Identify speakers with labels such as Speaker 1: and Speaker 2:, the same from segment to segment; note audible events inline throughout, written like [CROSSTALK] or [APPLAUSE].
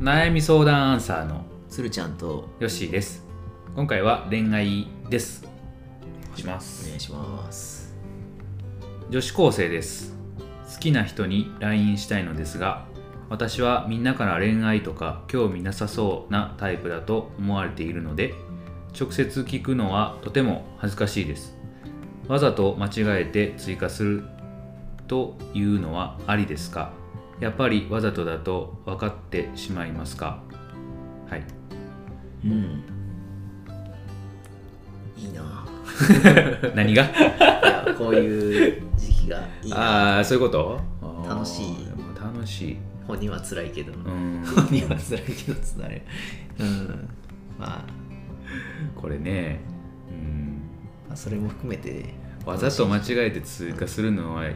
Speaker 1: 悩み相談アンサーの
Speaker 2: 鶴ちゃんと
Speaker 1: ヨッシーです今回は恋愛ですします
Speaker 2: お願いします
Speaker 1: 女子高生です好きな人に LINE したいのですが私はみんなから恋愛とか興味なさそうなタイプだと思われているので直接聞くのはとても恥ずかしいですわざと間違えて追加するというのはありですかやっぱりわざとだと分かってしまいますかはい
Speaker 2: うんいいな
Speaker 1: 何が
Speaker 2: あいやこういう時期がいいな
Speaker 1: ああそういうことあー
Speaker 2: 楽しい
Speaker 1: 楽しい
Speaker 2: 本人は辛いけど
Speaker 1: うん [LAUGHS]
Speaker 2: 本人は辛いけどつなれうんまあ
Speaker 1: これねうん
Speaker 2: まあそれも含めて
Speaker 1: わざと間違えて通過するのは
Speaker 2: うん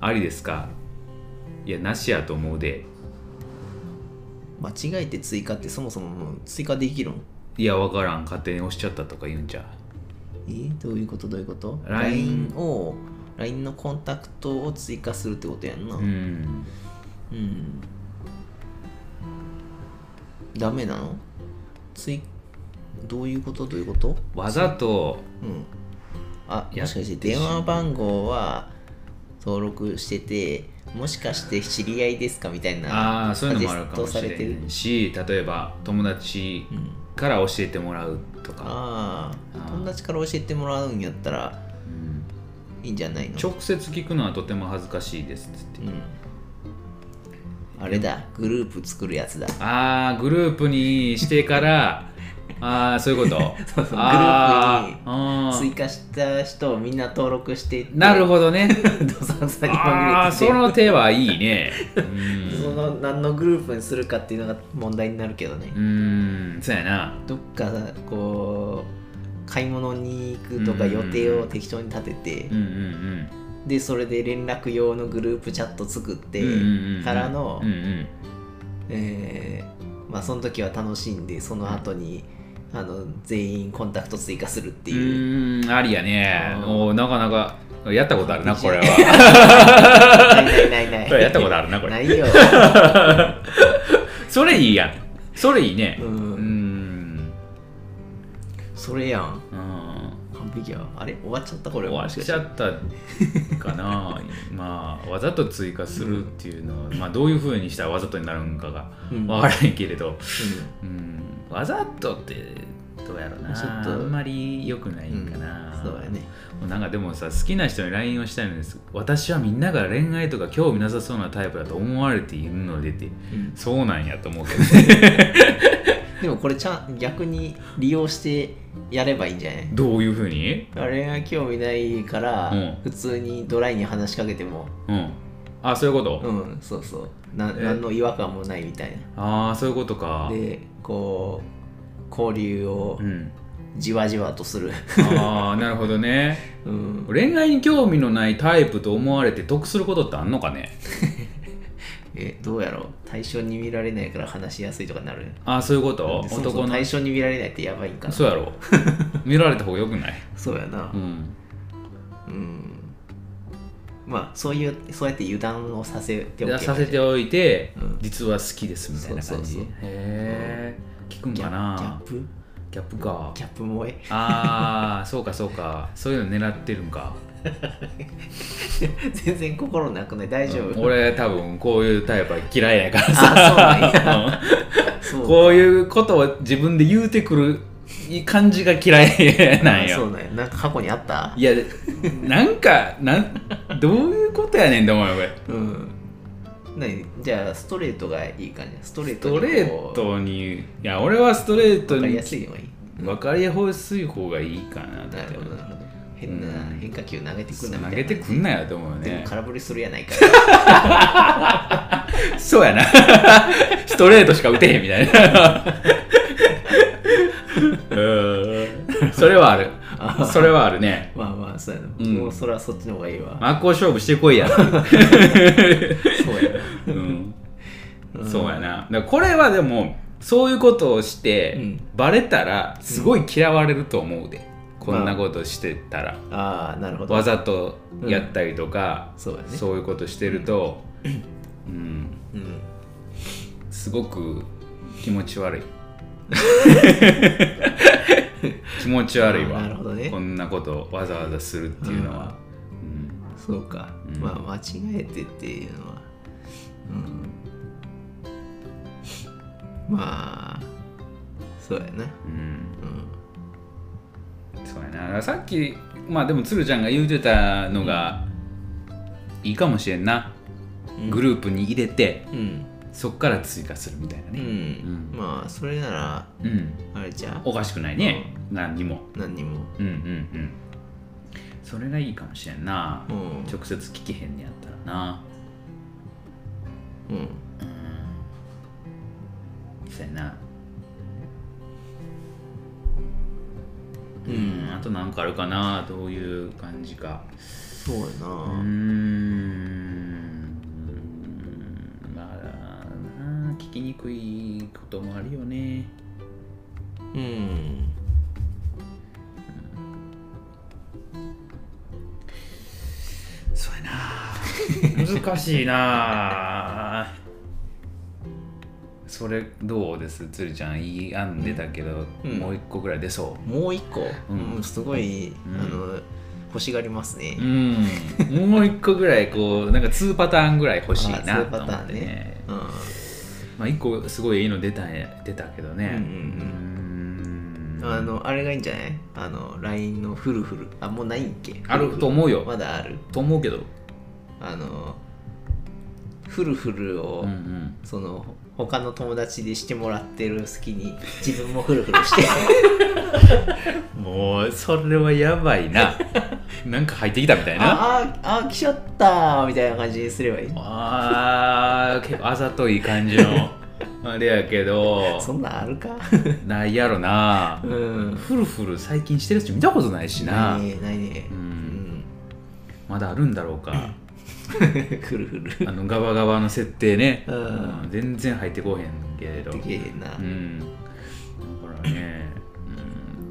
Speaker 1: ありですかいやなしやと思うで
Speaker 2: 間違えて追加ってそもそももう追加できるん
Speaker 1: いやわからん勝手に押しちゃったとか言うんじゃう
Speaker 2: えーどういうことどういうこと
Speaker 1: LINE
Speaker 2: を LINE のコンタクトを追加するってことやんな
Speaker 1: うん
Speaker 2: うんダメなのついどういうことどういうこと
Speaker 1: わざと
Speaker 2: うんあ
Speaker 1: や
Speaker 2: も
Speaker 1: っ
Speaker 2: してかして
Speaker 1: し
Speaker 2: 電話番号は登録しててもしかして知り合いですかみたいな
Speaker 1: ああーそういうのもあるかもし
Speaker 2: サジェストされて
Speaker 1: れ
Speaker 2: る
Speaker 1: ないし例えば友達
Speaker 2: うん
Speaker 1: から教えてもらうとか、
Speaker 2: あ
Speaker 1: あー
Speaker 2: あ友達から教えてもらうんやったら
Speaker 1: うん
Speaker 2: いいんじゃないの
Speaker 1: 直接聞くのはとても恥ずかしいですっつって、
Speaker 2: うんあれだグループ作るやつだ
Speaker 1: ああグループにしてからああそういうこと
Speaker 2: そうそ
Speaker 1: [LAUGHS]
Speaker 2: う
Speaker 1: あー
Speaker 2: グループに
Speaker 1: あー
Speaker 2: 追加した人をみんな登録していって
Speaker 1: なるほどね
Speaker 2: [LAUGHS] どさんさに
Speaker 1: ああ
Speaker 2: 紛
Speaker 1: そ
Speaker 2: れ
Speaker 1: の手はいいねうん
Speaker 2: ててその何のグループにするかっていうのが問題になるけどね
Speaker 1: う、ーんそうやな
Speaker 2: どっかこう買い物に行くとか
Speaker 1: うん
Speaker 2: 予定を適当に立てて、
Speaker 1: うんうん
Speaker 2: でそれで連絡用のグループチャット作って、
Speaker 1: うんうんうんうん
Speaker 2: からの、
Speaker 1: うんうん
Speaker 2: えーまあその時は楽しんでその後に、あの全員コンタクト追加するって
Speaker 1: う
Speaker 2: いう、
Speaker 1: ーんありやね
Speaker 2: うん
Speaker 1: おーなかなかやったことあるなこれは [LAUGHS]
Speaker 2: ないないないない
Speaker 1: これやったことあるなこ
Speaker 2: な
Speaker 1: れ
Speaker 2: い
Speaker 1: [LAUGHS]
Speaker 2: よ、
Speaker 1: それいいやんそれいいね
Speaker 2: う
Speaker 1: うんーん
Speaker 2: それやん
Speaker 1: うん
Speaker 2: 完璧やわあれ終わっちゃったこれ
Speaker 1: 終わっちゃったか [LAUGHS] なまあわざと追加するっていうのは、まあ、どういうふうにしたらわざとになるんかが
Speaker 2: うん
Speaker 1: わからへんけれど、うん、わざとってどうやろうな
Speaker 2: ちょっと
Speaker 1: あんまり良くないんかな、
Speaker 2: そうやね
Speaker 1: なんかでもさ好きな人に LINE をしたいのです私はみんなが恋愛とか興味なさそうなタイプだと思われているのでってそうなんやと思う
Speaker 2: [LAUGHS]
Speaker 1: けどね
Speaker 2: でもこれちゃん逆に利用してやればいいんじゃない
Speaker 1: どういうふうに
Speaker 2: 恋愛興味ないから、
Speaker 1: うん
Speaker 2: 普通にドライに話しかけても
Speaker 1: うんあそういうこと、
Speaker 2: うんそうそうな
Speaker 1: え
Speaker 2: 何の違和感もないみたい
Speaker 1: ああそういうことか
Speaker 2: なでこう交流を
Speaker 1: うん
Speaker 2: じわじわ
Speaker 1: [LAUGHS]
Speaker 2: とする
Speaker 1: ああなるほどね
Speaker 2: うん
Speaker 1: 恋愛に興味のないタイプと思われて得することってあんのかね
Speaker 2: えどうやろう対象に見られないから話しやすいとかなる
Speaker 1: ああそういうこと
Speaker 2: でそもそ
Speaker 1: 男
Speaker 2: も
Speaker 1: の
Speaker 2: 対象に見られないってやばいんかな
Speaker 1: そうや
Speaker 2: [LAUGHS]
Speaker 1: ろ見られた方がよくない
Speaker 2: そうやな
Speaker 1: うん
Speaker 2: うんまあそういうそうやって油断をさせておけば
Speaker 1: 出させておいて、
Speaker 2: うん
Speaker 1: 実は好きですみたいな感じ
Speaker 2: そうそうそう
Speaker 1: へえ聞くん
Speaker 2: ギ
Speaker 1: か
Speaker 2: ャギャッ
Speaker 1: な
Speaker 2: プ
Speaker 1: ギャップか
Speaker 2: ギャップ萌え [LAUGHS]
Speaker 1: ああそうかそうかそういうの狙ってるんか
Speaker 2: 全然心なくない大丈夫、
Speaker 1: 俺多分こういうタイプは嫌いやからさ
Speaker 2: あ [LAUGHS] そうなんやそう
Speaker 1: こういうことを自分で言うてくる感じが嫌いなん
Speaker 2: あそ
Speaker 1: よ
Speaker 2: うなんやなんか過去にあった
Speaker 1: いやなんかなんどういうことやねんって
Speaker 2: [LAUGHS]
Speaker 1: 思うよこれ
Speaker 2: うん何じゃあストレートがいい感じストレー
Speaker 1: ス
Speaker 2: ト
Speaker 1: ト
Speaker 2: にこう
Speaker 1: レートにいや俺はストレート
Speaker 2: わかり
Speaker 1: に
Speaker 2: やすいのがいい
Speaker 1: 分かりやすい方がいいかなって
Speaker 2: なるほどなるほど変な
Speaker 1: うん
Speaker 2: 変化球投げてくんなみたいな
Speaker 1: 投げてくんなよと思うよ
Speaker 2: でも
Speaker 1: ね
Speaker 2: 空振りするやないか [LAUGHS] い
Speaker 1: そう
Speaker 2: [LAUGHS]
Speaker 1: やなストレートしか打てへんみたいなうんそれはあるそれはあるね
Speaker 2: まあまあそうやな、
Speaker 1: ん
Speaker 2: もうそれはそっちの方がいいわ、
Speaker 1: 真っ向勝負してこいや、
Speaker 2: そうやな
Speaker 1: うん
Speaker 2: ん
Speaker 1: そうやなだからこれはでもそういうことをして、
Speaker 2: うん
Speaker 1: バレたらすごい嫌われると思うで、こんなことしてたら、
Speaker 2: ああなるほど
Speaker 1: わざとやったりとか、
Speaker 2: そうやね
Speaker 1: そういうことしてると、うん
Speaker 2: うん
Speaker 1: すごく気持ち
Speaker 2: [LAUGHS]
Speaker 1: 悪い気持ち悪い
Speaker 2: あーなる
Speaker 1: わ
Speaker 2: ほどね
Speaker 1: こんなことをわざわざするっていうのは、うん
Speaker 2: そうか、
Speaker 1: うん
Speaker 2: まあ間違えてっていうのは、うん、まあそうやな、
Speaker 1: うん
Speaker 2: うん、
Speaker 1: そうやなだからさっきまあでも鶴ちゃんが言うてたのがいいかもしれんな、グループに入れて
Speaker 2: うん、
Speaker 1: そっから追加するみたいな
Speaker 2: うん
Speaker 1: ねうん
Speaker 2: まあそれなら
Speaker 1: うん、
Speaker 2: あれじゃ
Speaker 1: おかしくないね、何にも
Speaker 2: 何にも、
Speaker 1: うんうんうんそれがいいかもしれんな、
Speaker 2: うん
Speaker 1: 直接聞けへんねやったらな
Speaker 2: うん、
Speaker 1: そうやなう、
Speaker 2: うんん
Speaker 1: あとなんかあるかなどういう感じか
Speaker 2: そうやな、
Speaker 1: うーんまあな聞きにくいこともあるよね
Speaker 2: うん。
Speaker 1: そうやな難しいなそれどうですつるちゃんいい案出たけど、
Speaker 2: うん
Speaker 1: もう一個ぐらい出そ
Speaker 2: もう一個、
Speaker 1: うん
Speaker 2: うん、すごい、
Speaker 1: うん
Speaker 2: あの欲しがりますね
Speaker 1: う。うんもう一個ぐらいこうなんか2パターンぐらい欲しい
Speaker 2: あ
Speaker 1: な
Speaker 2: ー
Speaker 1: と思
Speaker 2: ツーパタ
Speaker 1: っ
Speaker 2: ー
Speaker 1: て
Speaker 2: ンね
Speaker 1: ね
Speaker 2: うん。
Speaker 1: まあ一個すごいいいの出たんや出たけどね
Speaker 2: うん
Speaker 1: うーん
Speaker 2: あのあれがいいんじゃない？あの LINE のフルフルあもうないんけ？
Speaker 1: あると
Speaker 2: 思
Speaker 1: 思うよ、
Speaker 2: まだある。
Speaker 1: と思うけど
Speaker 2: あのフルフルを、
Speaker 1: うんうん
Speaker 2: その他の友達でしてもらってる隙に自分もフル
Speaker 1: [LAUGHS]
Speaker 2: フルして
Speaker 1: もうそれはやばいな [LAUGHS] なんか入ってきたみたいな
Speaker 2: あああ来ちゃったーみたいな感じにすればいい。
Speaker 1: あー結構あざとい感じ
Speaker 2: [LAUGHS]
Speaker 1: のあれやけど
Speaker 2: そんなんあるか？
Speaker 1: ないやろな
Speaker 2: うん。
Speaker 1: フルフル最近してる人見たことないしな、
Speaker 2: ないねないね。
Speaker 1: う
Speaker 2: うんん。 [LAUGHS]
Speaker 1: まだあるんだろうか
Speaker 2: フルフル。
Speaker 1: あのガバガバの設定ね、
Speaker 2: うん
Speaker 1: うん全然入ってこうへんけれど
Speaker 2: できへんな
Speaker 1: う。んだからね、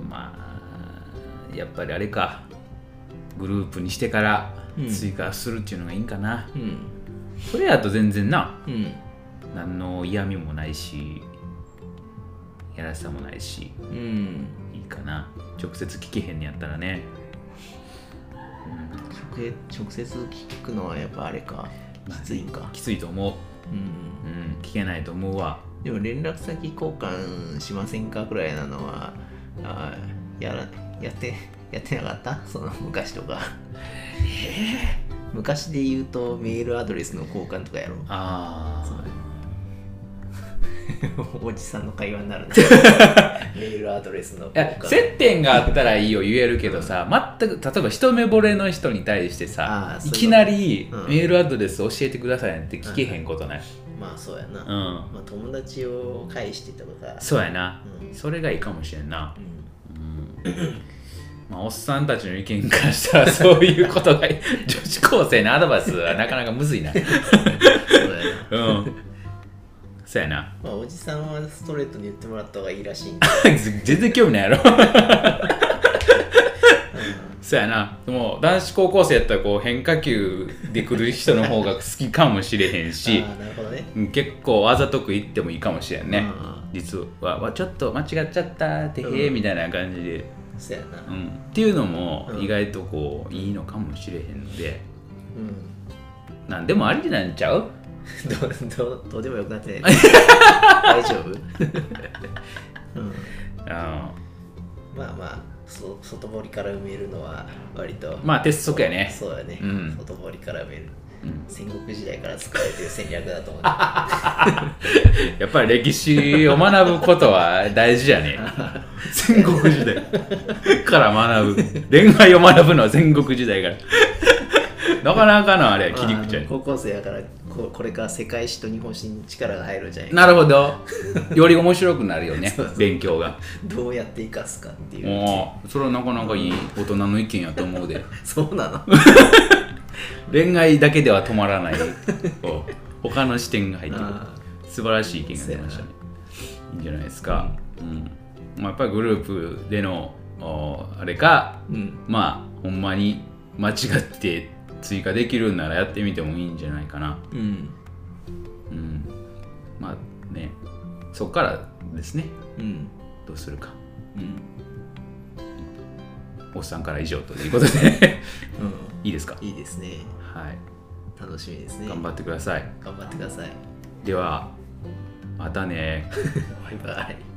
Speaker 1: うん、まあやっぱりあれかグループにしてから
Speaker 2: うん
Speaker 1: 追加するっていうのがいいんかな、
Speaker 2: うん。
Speaker 1: それやと全然な
Speaker 2: うん。
Speaker 1: 何の嫌味もないしやらしさもないし
Speaker 2: うん。
Speaker 1: いいかな直接聞けへんにやったらね
Speaker 2: 直直接聞くのはやっぱあれかきついんか、
Speaker 1: きついと思う、
Speaker 2: うん、
Speaker 1: うん、聞けないと思うわ
Speaker 2: でも連絡先交換しませんかくらいなのはあーやらやって [LAUGHS] やってなかったその昔とか昔で言うとメールアドレスの交換とかやろ
Speaker 1: ああ
Speaker 2: おじさんの会話になる
Speaker 1: [LAUGHS]
Speaker 2: なメールアドレスの
Speaker 1: い
Speaker 2: 交
Speaker 1: や
Speaker 2: 換
Speaker 1: 接点があったらいいよ言えるけどさ全く例えば一目惚れの人に対してさ
Speaker 2: あー
Speaker 1: い
Speaker 2: そういうこと
Speaker 1: きなり
Speaker 2: うん
Speaker 1: メールアドレス教えてくださいなんて聞けへんことない、
Speaker 2: まあそうやな、
Speaker 1: うん
Speaker 2: まあ、友達を介してとか
Speaker 1: そうやな
Speaker 2: う
Speaker 1: [LAUGHS]
Speaker 2: ん、
Speaker 1: それがいいかもしれんな、
Speaker 2: うん
Speaker 1: まあ、おっさんたちの意見からしたらそういうことが女子高生のアドバイスはなかなかむずいな
Speaker 2: そうやな
Speaker 1: うんそうやな
Speaker 2: まあ、おじさんはストレートに言ってもらった方がいいらしいんで、
Speaker 1: [LAUGHS] 全然興味ないやろそうやなもう男子高校生やったらこう変化球で来る人の方が好きかもしれへんし
Speaker 2: ああなるほどね
Speaker 1: うん結構あざとく言ってもいいかもしれんね、
Speaker 2: うん
Speaker 1: 実はわちょっと間違っちゃったてへー
Speaker 2: うん
Speaker 1: みたいな感じで、
Speaker 2: そうやな
Speaker 1: うんっていうのも
Speaker 2: うん
Speaker 1: 意外とこういいのかもしれへんので
Speaker 2: うん
Speaker 1: なんでもありなんちゃう
Speaker 2: [LAUGHS] どうどうどうでもよく
Speaker 1: [LAUGHS]
Speaker 2: なってない大丈夫、うん、
Speaker 1: あ
Speaker 2: まあまあそ外堀から埋めるのは割と
Speaker 1: まあ鉄則やね
Speaker 2: そうやね、
Speaker 1: うん
Speaker 2: 外堀から埋める
Speaker 1: うん
Speaker 2: 戦国時代から使われてる戦略だと思う
Speaker 1: やっぱり歴史を学ぶことは大事やね [LAUGHS] 戦国時代から学ぶ恋愛を学ぶのは戦国時代からなかなかのあれや切り口やね
Speaker 2: まあ高校生やからここれから世界史と日本史に力が入るんじゃない
Speaker 1: なるほどより面白くなるよ [LAUGHS] ね勉強が
Speaker 2: どうやって生かすかっていう
Speaker 1: おおそれはなかなかいい大人の意見やと思うで
Speaker 2: そうなの
Speaker 1: [LAUGHS] 恋愛だけでは止まらないお他の視点が入ってくる
Speaker 2: あ
Speaker 1: 素晴らしい意見が出ましたねいいんじゃないですか、うんまあ、やっぱりグループでのおあれか
Speaker 2: うん
Speaker 1: まあほんまに間違って追加できるんならやってみてもいいんじゃないかな
Speaker 2: うん
Speaker 1: うんまあねそこからですね
Speaker 2: うん
Speaker 1: どうするか
Speaker 2: うん
Speaker 1: おっさんから以上ということでいいですか
Speaker 2: うんいいですね
Speaker 1: はい
Speaker 2: 楽しみですね
Speaker 1: 頑張ってください
Speaker 2: 頑張ってください
Speaker 1: ではまたね
Speaker 2: バイバイ